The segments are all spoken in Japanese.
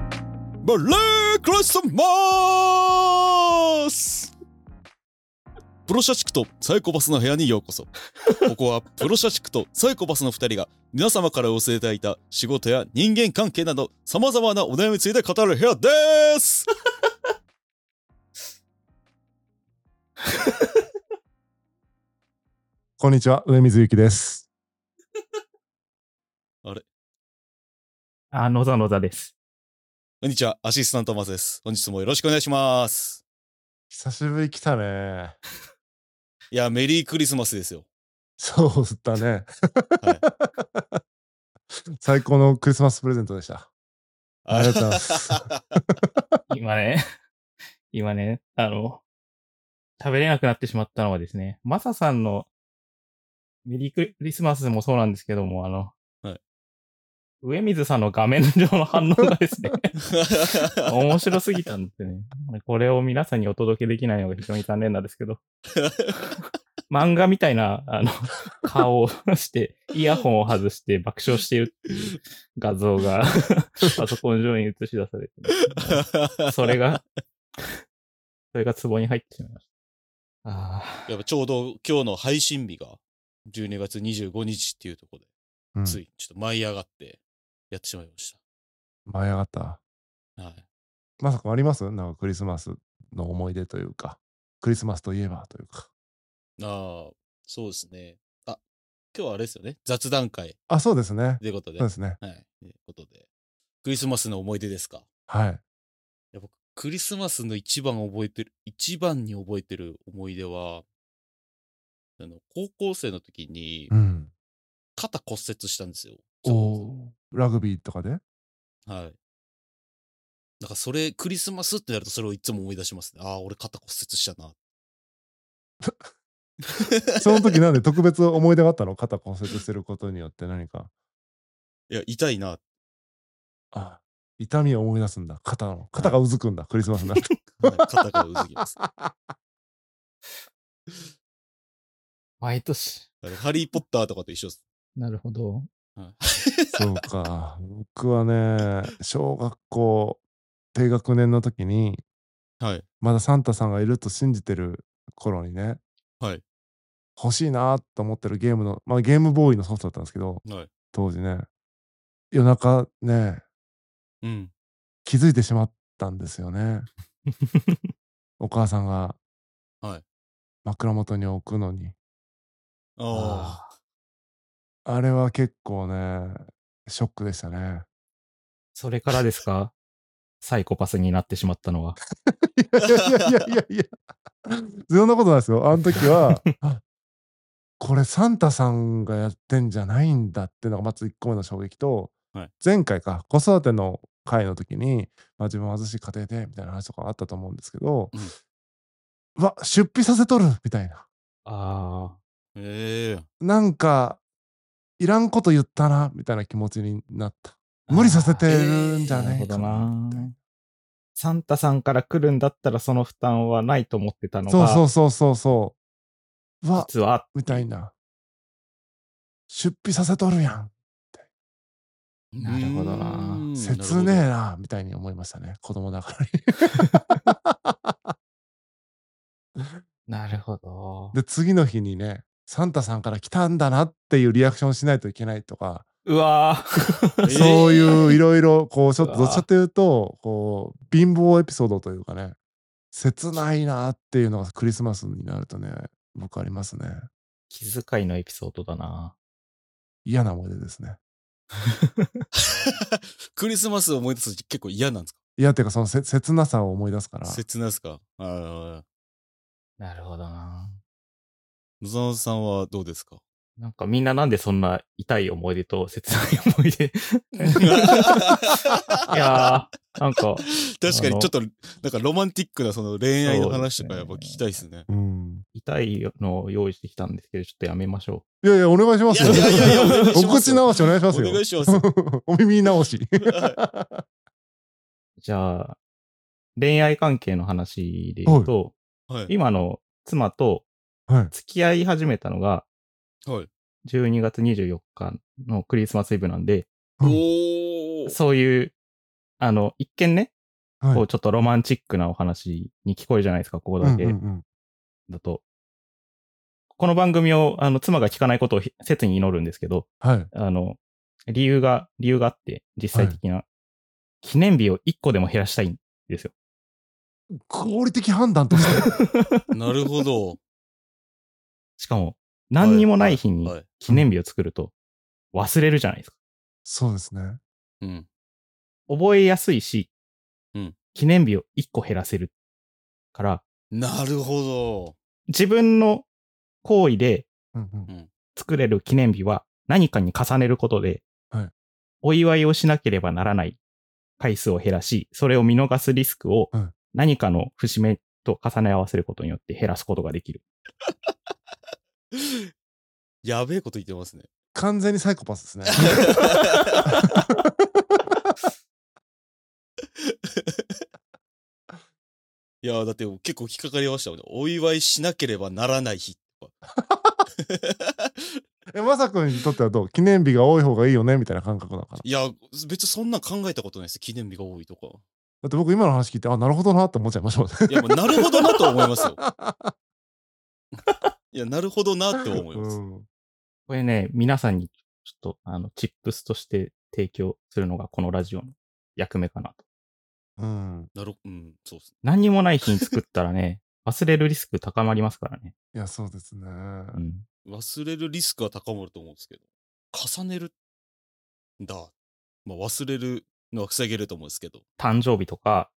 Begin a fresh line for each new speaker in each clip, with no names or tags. メリークリスマスプロ社畜とサイコパスの部屋にようこそ。ここはプロ社畜とサイコパスの2人が皆様からお寄せいただいた仕事や人間関係など様々なお悩みについて語る部屋です。
こんにちは、上水ゆきです。
あ、野田野田です。
こんにちは、アシスタントマスです。本日もよろしくお願いします。
久しぶり来たね。
いや、メリークリスマスですよ。
そうだね。
はい
最高のクリスマスプレゼントでした。ありがとうござい ます。
今ね、今ね、あの、食べれなくなってしまったのはですね、マサさんのメリークリスマスもそうなんですけども、あの、
はい
上水さんの画面上の反応がです ね、面白すぎたんですね。これを皆さんにお届けできないのが非常に残念なんです けど、漫画みたいな、あの、顔をして、イヤホンを外して爆笑しているっていう画像 が、パソコン上に映し出されて、 それが、それが壺に入ってしまいました。あ あ、
やっぱちょうど今日の配信日が12月25日っていうところで、
うん
ついちょっと舞い上がってやってしまいまし
舞い上がった。
た。はい。
まさかありますなんかクリスマスの思い出というか、クリスマスといえばというか。
ああ、そうですね。あ、今日はあれですよね。雑談会
あ、そうですね。
ということで。
そう
は
で
い。
すね。
ということで。クリスマスの思い出ですか。い
はい。
や、僕、クリスマスの一番覚えてる、一番に覚えてる思い出は、あの、高校生の時に
うん。
肩骨折したんですよ。
おおー。ラグビーとかで
はい。なんかそれ、クリスマスってなるとそれをいつも思い出しますね。ああ、俺肩骨折した な。
その時なんで特別思い出があったの肩骨折してることによって何か。
いや、痛いな。
あ痛みを思い出すんだ。肩の。肩がうずくんだ。クリスマスになって。
はい肩がうずきます。あ
毎年。
のハリー・ポッターとかと一緒です。
なるほ ど。
はい
そうか。僕はね、小学校低学年の時に、
はい。
まだサンタさんがいると信じてる頃にね、
はい
欲しいなと思ってるゲームの、まあゲームボーイのソフトだったんですけど、
はい。
当時ね、夜中ね、
うん。
気づいてしまったんですよね。お母さんが、
はい
枕元に置くのに。
ああ。
あれは結構ね、ショックでしたね。
それからですかサイコパスになってしまったのは。
いやいやいやいやいや、そんなことないですよ。あの時は、あこれサンタさんがやってんじゃないんだっていうのがまず1個目の衝撃と、
はい
前回か、子育ての会の時に、まあ、自分は貧しい家庭でみたいな話とかあったと思うんですけど、
うん
うわ、出費させとるみたいな。
ああ。
ええ
なんか、いらんこと言ったなみたいな気持ちになった。無理させてるんじゃ
なる
ね
ほ
えか
ど
な。
な。サンタさんから来るんだったらその負担はないと思ってたの
そう
が、
そうそうそうそう。うわ、
実は、
みたいな。出費させとるやん。
なるほどな
うん
切ねえな、みたいに思いましたね。子供だからに。
なるほど。
で、次の日にね、サンタさんから来たんだなっていうリアクションしないといけないとか、
うわ
えー
そういういろいろ、こう、ちょっと、
う
ど
わ
っちかというと、こう、貧乏エピソードというかね、切ないなっていうのがクリスマスになるとね、僕ありますね。
気遣いのエピソードだな。
嫌な思い出ですね。
クリスマスを思い出すと結構嫌なんですか
嫌っていうか、そのせ切なさを思い出すから。
切なですかああ。
なるほどな。
野沢さんはどうですか
なんかみんななんでそんな痛い思い出と切ない思い出。
確
いやー、なんか、
かにちょっと、なんかロマンティックなその恋愛の話とかやっぱ聞きたいですね。
うん。
痛いのを用意してきたんですけど、ちょっとやめましょ
いやいや、お願いしますよ。
いやいやいやお願いします
お
よ
口直しお願いしま
お
すよ。
願いします。は
お耳直 し。
い
いう。じゃあ、恋愛関係の話で言うと、
はい。
今の妻と
はい
付き合い始めたのが
はい。
12月24日のクリスマスイブなんで、
おー。
そういう、あの、一見ね、
はい
こうちょっとロマンチックなお話に聞こえるじゃないですか、ここだけ
うんうんうん
だと。この番組を、あの、妻が聞かないことをひ切に祈るんですけど、
はい。
あの、理由が、理由があって、実際的な、記念日を1個でも減らしたいんですよ。
合理的判断として。
なるほど。
しかも、何にもない日に
はいはい
記念日を作ると、忘れるじゃないですか。
そうですね。
うん。
覚えやすいし、
うん
記念日を1個減らせるから、
なるほ
自分の行為で
うんうん
作れる記念日は何かに重ねることで、
はい
お祝いをしなければならない回数を減らし、それを見逃すリスクを
うん
何かの節目と重ね合わせることによって減らすことができる。
ど。やべえこと言ってますね。
完全にサイコパスですね。
いやーだって結構引っかかりましたもんね。お祝いしなければならない日とか。
え、まさくんにとってはどう記念日が多い方がいいよねみたいな感覚だから。
いや別にそんなん考えたことないです記念日が多いとか。
だって僕今の話聞いて、あ、なるほどなって思っちゃいましたもんね。
いやもうなるほどなとは思いますよ。 いやなるほどなって思います。
うん
これね、皆さんにちょっとあのチップスとして提供するのがこのラジオの役目かなと。
うん。
なるうんそうっす
何にもない日に作ったら ね、忘れるリスク高まりますからね。
いや、そうですね。
うん。
ね。忘れるリスクは高まると思うんですけど重ねるんだ。まあ忘れるのは防げると思うんですけど。
誕生日とか、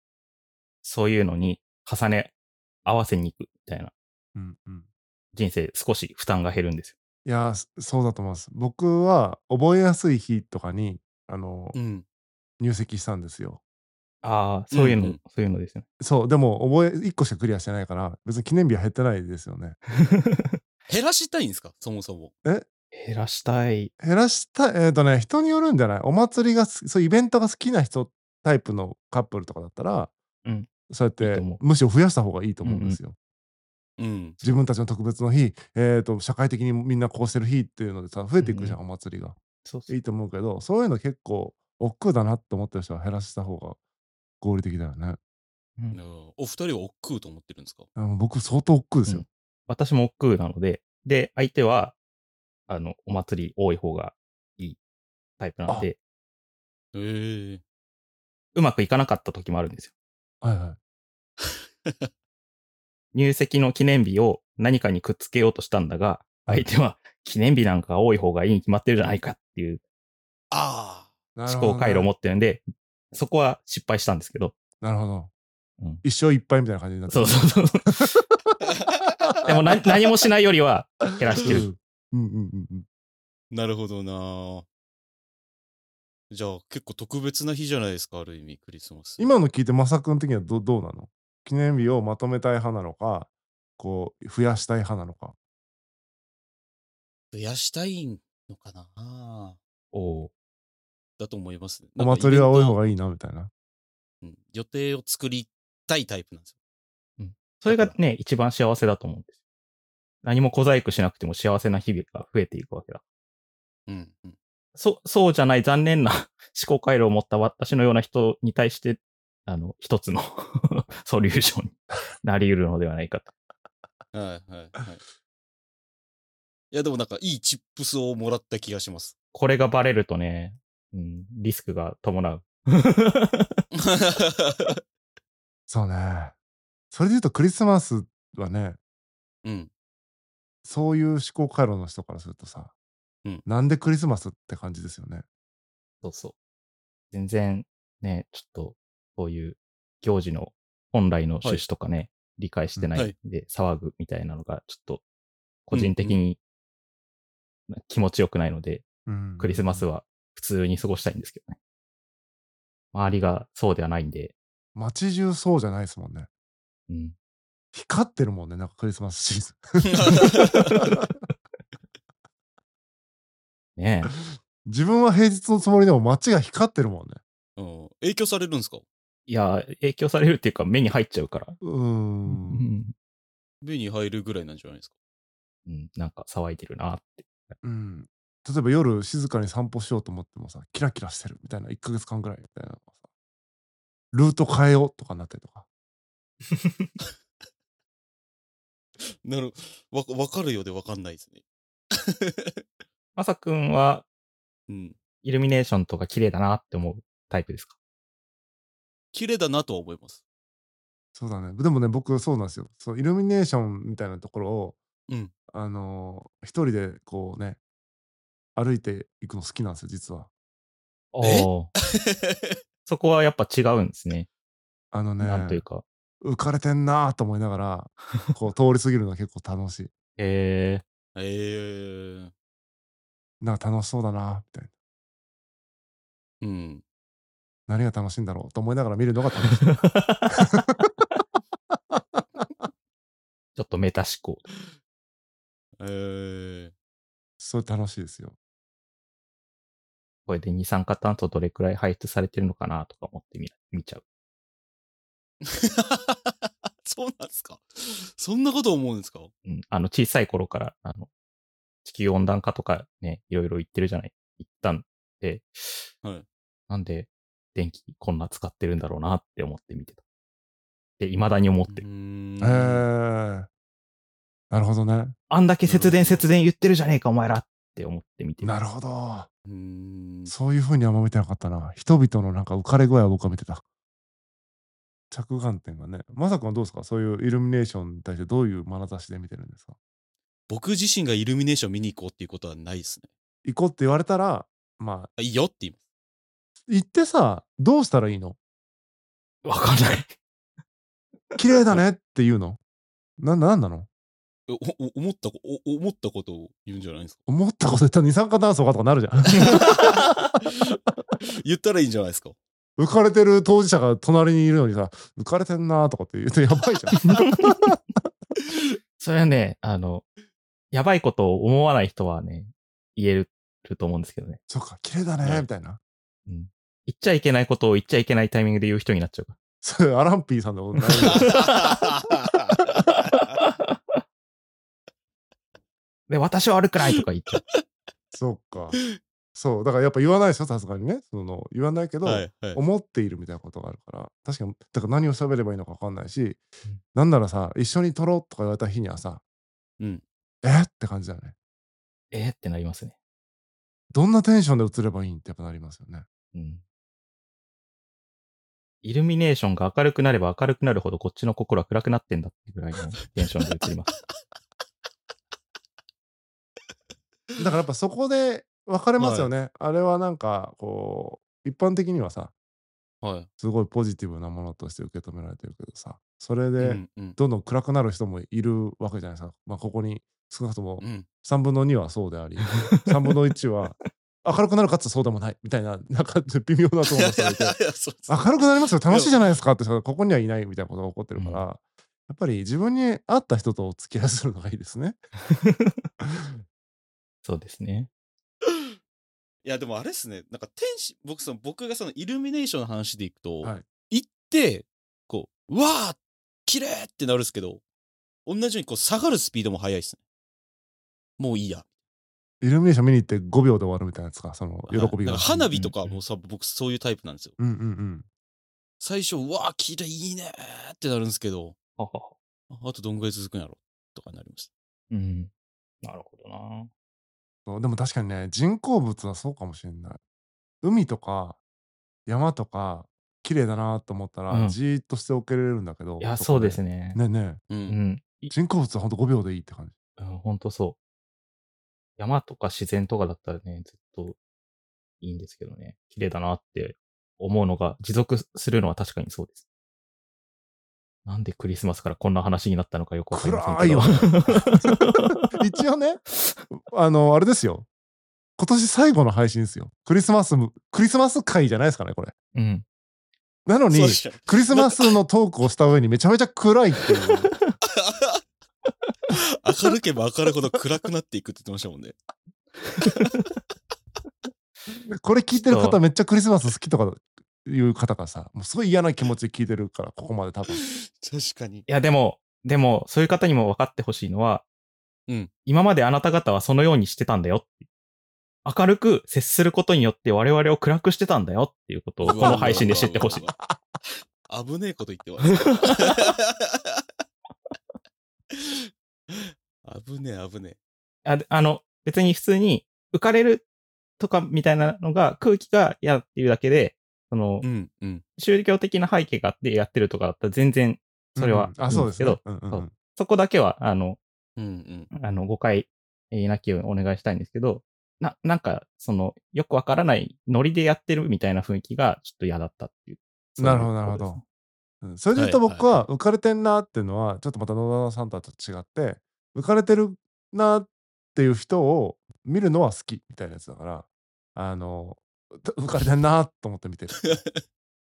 そういうのに重ね合わせに行くみたいな
うんうん。
人生少し負担が減るんですよ。
いや、そそうだと思います。僕は覚えやすい日とかに、あの、
うん。
入籍したんですよ。
ああ、そういうの、
うんうん
そういうのですよね。
そう、でも覚え1個しかクリアしてないから、別に記念日は減ってないですよね。
減らしたいんですかそもそも。
減らしたい。
減らしたい、えっ、とね、人によるんじゃないお祭りがす、そういうイベントが好きな人タイプのカップルとかだったら、
うん
そうやっ
いい
て
と思う
むしろ増やした方がいいと思うんですよ。
うん。
自分たちの特別の日、えっ、と、社会的にみんなこうしてる日っていうのでさ、増えていくじゃん、お祭りが。
そうそう
いいと思うけど、そういうの結構、億劫だなって思ってる人は減らした方が合理的だよね。
うん
いやーお二人は億劫と思ってるんですか
あの僕、相当億劫ですよ。
私も億劫なので、で、相手は、あの、お祭り多い方がいいタイプなので、
へえ。
うまくいかなかった時もあるんですよ。
はいはい。
入籍の記念日を何かにくっつけようとしたんだが、相手は記念日なんか多い方がいいに決まってるじゃないかっていう
ああ。
なるほ
思
どね
考回路を持ってるんで、そこは失敗したんですけど。
なるほど。
うん
一生いっぱいみたいな感じになって
そう
う。
そう そう。でも何何もしないよりは減らしてる。
うんうんうんうん。
なるほどなーじゃあ結構特別な日じゃないですかある意味クリスマス
今の聞いて、まさくん的にはどどうなの記念日をまとめたい派なのか、こう、増やしたい派なのか。
増やしたいのかな
おう
だと思います、ね、
お祭りは多い方
が、
がいいな、みたいな。
うん予定を作りたいタイプなんですよ
それがね、一番幸せだと思うんです。何も小細工しなくても幸せな日々が増えていくわけだ。
うんうん
そ、そうじゃない残念な 思考回路を持った私のような人に対して、あの、一つの ソリューションになり得るのではないかと。
はいはいはいいやでもなんかいいチップスをもらった気がします
これがバレるとね、うん、リスクが伴う。
そうね。それで言うと、クリスマスはね、
うん
そういう思考回路の人からするとさ、
うん
なんでクリスマスって感じですよね。
そうそう。全然ね、ちょっと、そういう行事の本来の趣旨とかね、理解してないで騒ぐみたいなのが、ちょっと、個人的に気持ちよくないので、
うん
クリスマスは普通に過ごしたいんですけどね。周りがそうではないんで、
街中そうじゃないですもんね。
うん。
光ってるもんね、なんかクリスマスシーズン。
ねえ
自分は平日のつもりでも街が光ってるもんね。
うん影響されるんですか
いや、影響されるっていうか、目に入っちゃうから。
うー。
うんん。
目に入るぐらいなんじゃないですか
うん、なんか騒いでるなって。
うん。例えば夜静かに散歩しようと思ってもさ、キラキラしてるみたいな、1ヶ月間ぐらいみたいなのがさルート変えようとかなったりとか。
なるわわかるようでわかんないですね。
まさくんは、
うん。
イルミネーションとか綺麗だなって思うタイプですか
綺麗だなとは思います。
そうだね。でもね、僕、そうなんですよ。そう、イルミネーションみたいなところを、
うん
あのー一人でこうね、歩いていくの好きなんですよ、実は。
え
おーそこはやっぱ違うんですね。
あのね、
なんというか。
浮かれてんなーと思いながら、こう、通り過ぎるのが結構楽しい。
え
えー、
なんか楽しそうだな、みたいな。
うん。
何が楽しいんだろうと思いながら見るのが楽しい。
ーちょっとメタ思考。
えー、
それ楽しいですよ。
これで二酸化炭素どれくらい排出されてるのかなとか思ってみ見ちゃう。
そうなんですかそんなこと思うんですか
うん、あの、小さい頃から、あの、地球温暖化とかね、いろいろ言ってるじゃない。言ったんで、
はい
なんで、電気こんな使ってるんだろうなって思って見てた。で、未だに思って
うー
る。
ん
えー、なるほどね。
あんだけ節
な
電
るほど
節電言ってるじゃねえか、お前らって思って見て
なるほど。
うーん
そういうふうにあんま見てなかったな。人々のなんか浮かれ具合を僕は見てた。着眼点がね。まさくんはどうですかそういうイルミネーションに対してどういう眼差しで見てるんですか
僕自身がイルミネーション見に行こうっていうことはないですね。
行こうって言われたら、まあ、
あいいよって言いま
行ってさ、どうしたらいいの
ど。わ かんない。
綺麗だねって言うのな、なんなの
す。おお思ったこお思ったことを言うんじゃないんですか
思ったこと言ったら二酸化炭素がとかなるじゃん。
言ったらいいんじゃないですか
浮かれてる当事者が隣にいるのにさ、浮かれてんなとかって言うとやばいじゃん。
それはね、あの、やばいことを思わない人はね、言えるると思うんですけどね。
そっか、綺麗だねみたいな。
うん。言っちゃいけないことを言っちゃいけないタイミングで言う人になっちゃうか
それアランピーさんのことない
ら。で、私は悪くないとか言っちゃう。
そっか。そう、だからやっぱ言わないでしょ、さすがにね。その言わないけど、
はいはい。
思っているみたいなことがあるから、確かに、だから何を喋ればいいのか分かんないし、なんならさ、一緒に撮ろうとか言われた日にはさ、
うん
えって感じだよね。
えーってなりますね。
どんなテンションで映ればいいんってやっぱなりますよね。
うん。イルミネーションが明るくなれば明るくなるほどこっちの心は暗くなってんだってぐらいのテンションで映ります。
だからやっぱそこで分かれますよね。あれはなんか、こう、一般的にはさ、
はい。
すごいポジティブなものとして受け止められてるけどさ、それ
う
で
んうん
どんどん暗くなる人もいるわけじゃないですか。まあ、ここに少なくとも
うん。
3分の2はそうであり3分の1は明るくなるかつそうでもないみたいななんか微妙なと思
いや
っ
い
て
や
い
い
て
やそうです
明るくなりますよ楽しいじゃないですかってここにはいないみたいなことが起こってるから、
うん
やっぱり自分に合った人とお付き合いするのがいいですね。
そうですね。
いやでもあれですねなんか天使僕その僕がそのイルミネーションの話でいくと、
はい
行ってこううわー綺麗ってなるんですけど同じようにこう下がるスピードも速いですねもういいや
イルミネーション見に行って5秒で終わるみたいなやつかその喜び
は
が。
いなんか花火とかもさ、僕そういうタイプなんですよ
うんうんうん、
最初うわー綺麗いいねーってなるんですけど
ははは
ああとどんぐらい続くんやろとかになりまし
うん。なるほどな。
そうでも確かにね人工物はそうかもしれない。海とか山とか綺麗だなと思ったら、
うん
じーっとしておけれるんだけど
いや、そうです
ね。
ね。
ねえね
た、うん
うん。い
え人工物はほんと5秒でいいって感じ。
うん、ほんとそう。山とか自然とかだったらね、ずっといいんですけどね。綺麗だなって思うのが、持続するのは確かにそうです。なんでクリスマスからこんな話になったのかよくわかりませんけ ど。
一応ね、あの、あれですよ。今年最後の配信ですよ。クリスマスも、クリスマス会じゃないですかね、これ。
うん。
なのに
そう、した
クリスマスのトークをした上にめちゃめちゃ暗 いっていう。
明るければ明るいほど暗くなっていくって言ってましたもんね
これ聞いてる方めっちゃクリスマス好きとかいう方がさ、もうすごい嫌な気持ちで聞いてるから、ここまで多分。
確かに
いや、でも、でも、そういう方にも分かってほしいのは、
うん
今まであなた方はそのようにしてたんだよ。明るく接することによって我々を暗くしてたんだよっていうことをこの配信で知ってほしい。
危ねえこと言ってます。危ねえ、危ねえ。
あであの、別に普通に浮かれるとかみたいなのが空気が嫌っていうだけで、その
う、ん、うん。
宗教的な背景があってやってるとかだったら全然それは
うんあ、そうです
いい
ね
んで。
うんうん
そ
うん
そこだけは、あの、
うん、うん。
あの、誤解えーなきようにお願いしたいんですけど、な、なんか、その、よくわからないノリでやってるみたいな雰囲気がちょっと嫌だったっていう。そういう
なるほど、なるほ
こと
ど
で。
うんそれで言うと僕は浮かれてんなっていうのは、ちょっとまた野田さんとはちょっと違って、浮かれてるなっていう人を見るのは好きみたいなやつだから、あの、た浮かれてんなと思って見 てる。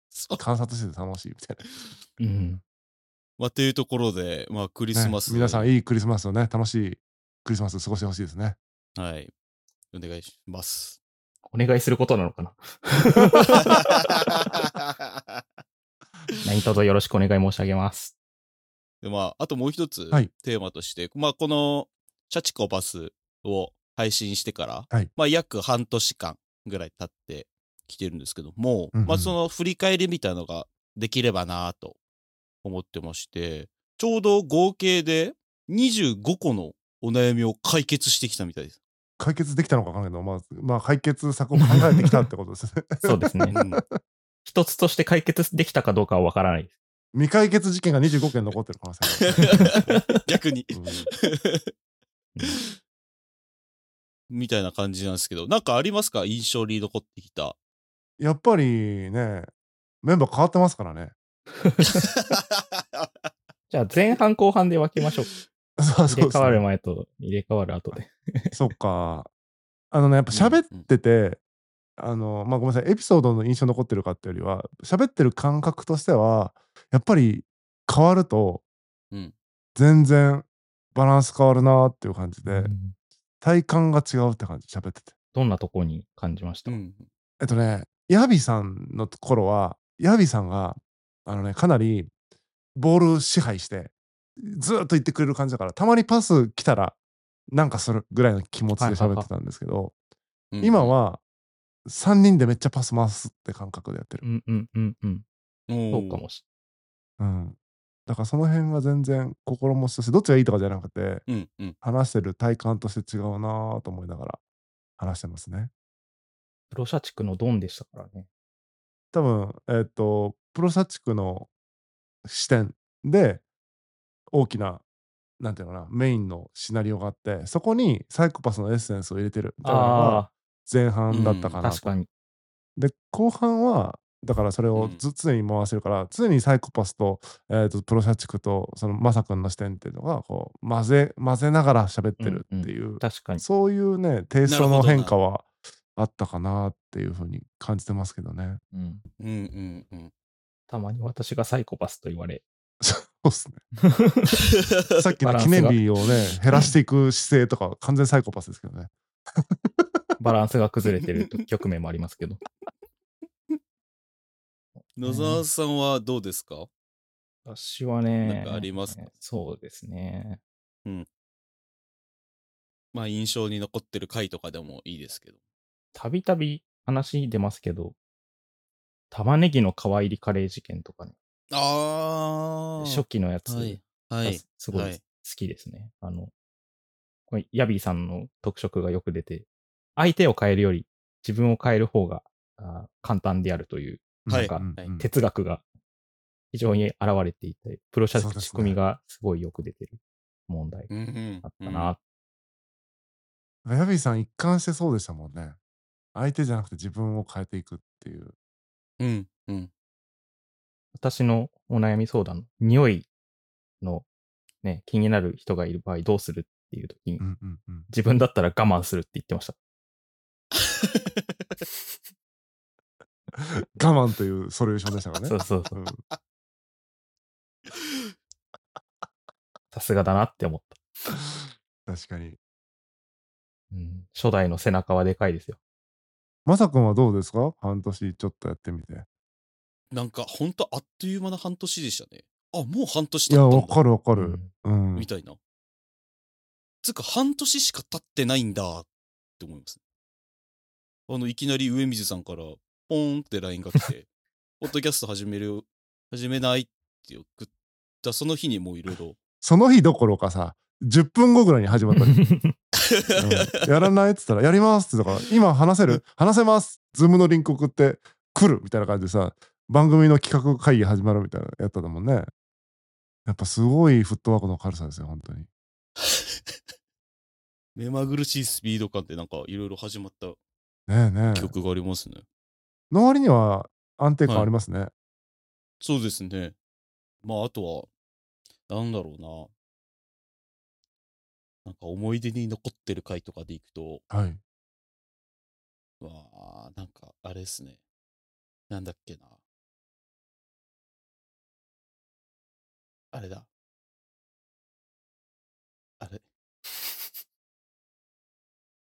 そう
観察してて楽しいみたいな。
すうん。
まあ、というところで、まあ、クリスマス、
ね皆さん、いいクリスマスをね、楽しいクリスマスを過ごしてほしいですね。
はい。お願いし ます。
お願いすることなの かな。何卒よろしくお願い申し上げます。
で、まあ、あともう一つ
はい
テーマとして、まあ、この、シャチコパスを配信してから、
はい
まあ、約半年間ぐらい経ってきてるんですけども、
うんうん
まあ、その振り返りみたいのができればなぁと思ってまして、ちょうど合計で25個のお悩みを解決してきたみたい です。
解決できたのかわかんないけど、まあ、まあ、解決策を考えてきたってことですね。
そうですね
う。ん
一つとして解決できたかどうかはわか らないです。
未解決事件が25件残ってる可能性がある。
逆に。
うん
みたいな感じなんですけど、なんかありますか印象に残ってきた。
やっぱりね、メンバー変わってますからね。
じゃあ前半後半で分けましょう。
そう
入れ
そう
替
そ
わる
う。
前と入れ替わる後で。
そっか。あのね、やっぱ喋ってて、あの、まあ、ごめんなさい、エピソードの印象残ってるかっていうよりは、喋ってる感覚としては、やっぱり変わると
うん、
全然バランス変わるなーっていう感じで、
うん
体感が違うって感じ、喋ってて。
どんなとこに感じました、
うん
えっとね、ヤビさんのところは、ヤビさんが、あのね、かなりボール支配して、ずーっと言ってくれる感じだから、たまにパス来たら、なんかするぐらいの気持ちで喋ってたんですけど、今、は、3人でめっちゃパス回すって感覚でやって
う
る。
んうんうんうん。
うん
そうか。もし
うん。だからその辺は全然心持ちとして、どっちがいいとかじゃなくて、
うんうん。
話してる体感として違うなぁと思いながら話してますね。
プロ社地区のドンでしたからね。
多分、えっ、と、プロ社地区の視点で、大きな、なんていうのかな、メインのシナリオがあって、そこにサイコパスのエッセンスを入れてるみたいなのが
あ
前半だったか
あ、
な
確
と。
かに。
で、後半は、だからそれをず常に回してるから、常にサイコパスと,、えーとプロ社地区とそのマサ君の視点っていうのがこう混ぜ混ぜながら喋ってるっていう、
確かに。
そういうねテイス
な
ト
る
の
ほどな
変化はあったかなっていうふうに感じてますけどね。
うん
うんうん うん。
たまに私がサイコパスと言われ。
そうっすねさっき
バ
の
ラン
記
スが
念日をね、減らしていく姿勢とか、完全サイコパスですけどね。
バランスが崩れてる局面もありますけど。
野沢さんはどうですか
私はね。
なんかありますか
そうですね。
まあ印象に残ってる回とかでもいいですけど。
たびたび話出ますけど、玉ねぎの皮入りカレー事件とかね。
あ
初期のやつが
はい。はい。
すご
はい
い好きですね。あの、これヤビーさんの特色がよく出て、相手を変えるより自分を変える方があー簡単であるという
はい
うん
はい
うん
哲学が非常に現れていて、プロ社
そう
の
ですね
仕組みがすごいよく出てる問題
うんうん
だったな。
ヤビーさん一貫してそうでしたもんね。相手じゃなくて自分を変えていくっていう。
うんうん。
私のお悩み相談の匂いのね、気になる人がいる場合どうするっていう時に、
うんうんうん。
自分だったら我慢するって言ってました。
我慢というソリューションでした からね。
そうそうそう。
うん
さすがだなって思った。
確かに。
うん、初代の背中はでかいですよ。
まさくんはどうですか半年ちょっとやってみて。
なんかほんとあっという間な半年でしたね。あ、もう半年
い
経った
や、
んだ
わかるわかる。うん。
みたいな。つうか半年しか経ってないんだって思います。あの、いきなり上水さんから、ポーンって LINE が来て、ポッドキャスト始めるよ、始めないって送った、その日にもういろいろ、
その日どころかさ、10分後ぐらいに始まったの うん やらないっつったら、やりますって言ったから、今話せる話せますズームのリンク送って来るみたいな感じでさ、番組の企画会議始まるみたいなやっただもんね。やっぱすごいフットワークの軽さですよ、本当に。
目まぐるしいスピード感でなんかいろいろ始まった
ねえねえ
記。憶がありますね。
の割には安定感ありますね。
そうですね。まあ、あとは、なんだろうな。なんか思い出に残ってる回とかでいくと、
はい。
うわあ、なんかあれですね。なんだっけな。あれだ。あれ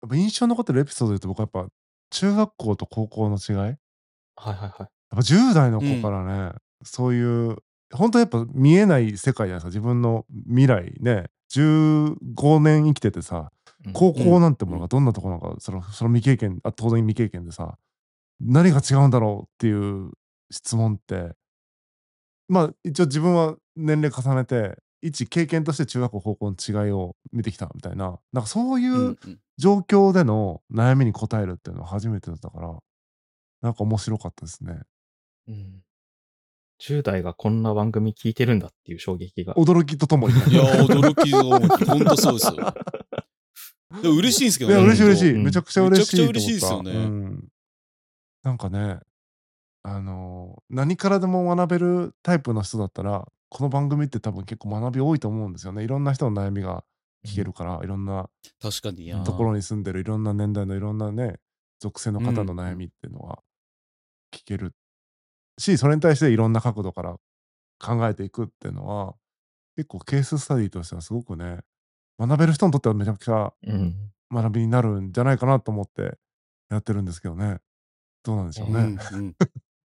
やっぱ印象に残ってるエピソードで言うと僕はやっぱ中学校と高校の違いやっ
はいはいはい。
ぱ10代の子からね、そういう本当やっぱ見えない世界じゃないですか自分の未来ね15年生きててさ
うん
高校なんてものがどんなとこなのか、そのその未経験あ当然未経験でさ何が違うんだろうっていう質問ってまあ一応自分は年齢重ねて一経験として中学校高校の違いを見てきたみたいななんかそういう、
うんうん。
状況での悩みに答えるっていうのは初めてだったから、なんか面白かったですね。
うん10代がこんな番組聞いてるんだっていう衝撃が。
驚きとともに。
いやー、驚きが多い。ほんとそうで すよ。でも嬉しいんですけ
い
どね。
や、嬉しい嬉し
ほん
い。
と
うん
めちゃくちゃ嬉
めちゃ
しいと思った。
くちゃ嬉しいですよね
うんなんかね、あのー何からでも学べるタイプの人だったら、この番組って多分結構学び多いと思うんですよね。いろんな人の悩みが聞けるから、いろんな
確かにいやー。
ところに住んでるいろんな年代のいろんなね属性の方の悩みっていうのは聞けるしそれに対していろんな角度から考えていくっていうのは結構ケーススタディとしてはすごくね学べる人にとってはめちゃくちゃ
うん。
学びになるんじゃないかなと思ってやってるんですけどねどうなんでしょう
う
ね
ん、うん。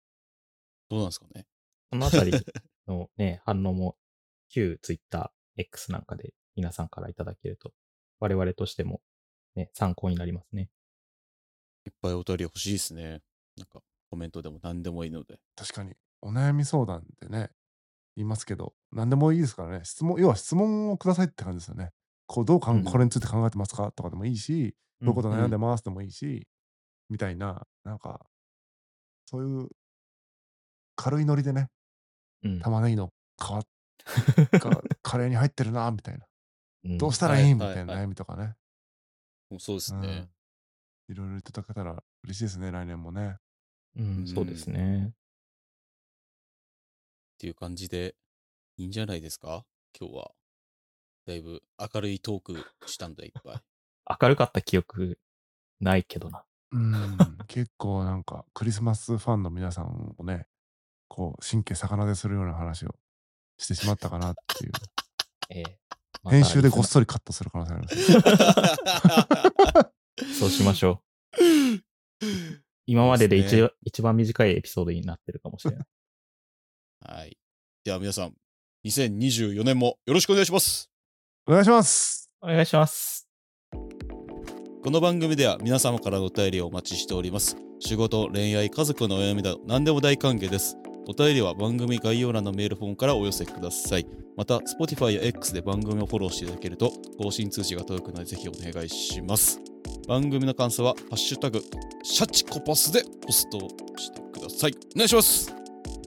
どうなんですかね。
このあ たりのね、反応も、旧 Twitter、X なんかで皆さんからいただけると、我々としても、ね、参考になりますね。
いっぱいお便り欲しいですね。なんか、コメントでも何でもいいので。
確かにお悩み相談ってね言いますけど何でもいいですからね質問要は質問をくださいって感じですよねこうどうかん、
うん
これについて考えてますかとかでもいいしどういうこと悩んでますでもいいし、みたいな、なんか、そういう軽いノリでね、
うん
玉ねぎの皮がカレーに入ってるな、みたいな。
うん
どうしたらいいみ
はい
たいな
はいは
悩みとかね。
もうそうです
うん
ね。
いろいろいただけたら嬉しいですね、来年もね。
うん、そうですね。
っていう感じで、いいんじゃないですか今日は。だいぶ明るいトークしたんだ、いっぱい。
明るかった記憶、ないけどな。
うん、 結構なんか、クリスマスファンの皆さんをね、こう、神経逆なでするような話をして しまったかなっていう。
ええまた
編集でごっそりカットする可能性あります。
そうしましょう。今までで
そう
一一番短いエピソードになってるかもし れない。
はい。では皆さん、2024年もよろしくお願いします。
お願いします
お願いします。
この番組では皆様からのお便りをお待ちしております。仕事、恋愛、家族のお悩みなど何でも大歓迎です。お便りは番組概要欄のメールフォームからお寄せください。また、Spotify や X で番組をフォローしていただけると、更新通知が届くのでぜひお願いします。番組の感想は、ハッシュタグ、シャチコパスでポストしてください。お願いします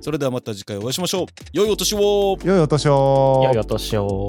それではまた次回お会いしましょう。良いお年を
良いお年を
良いお年を。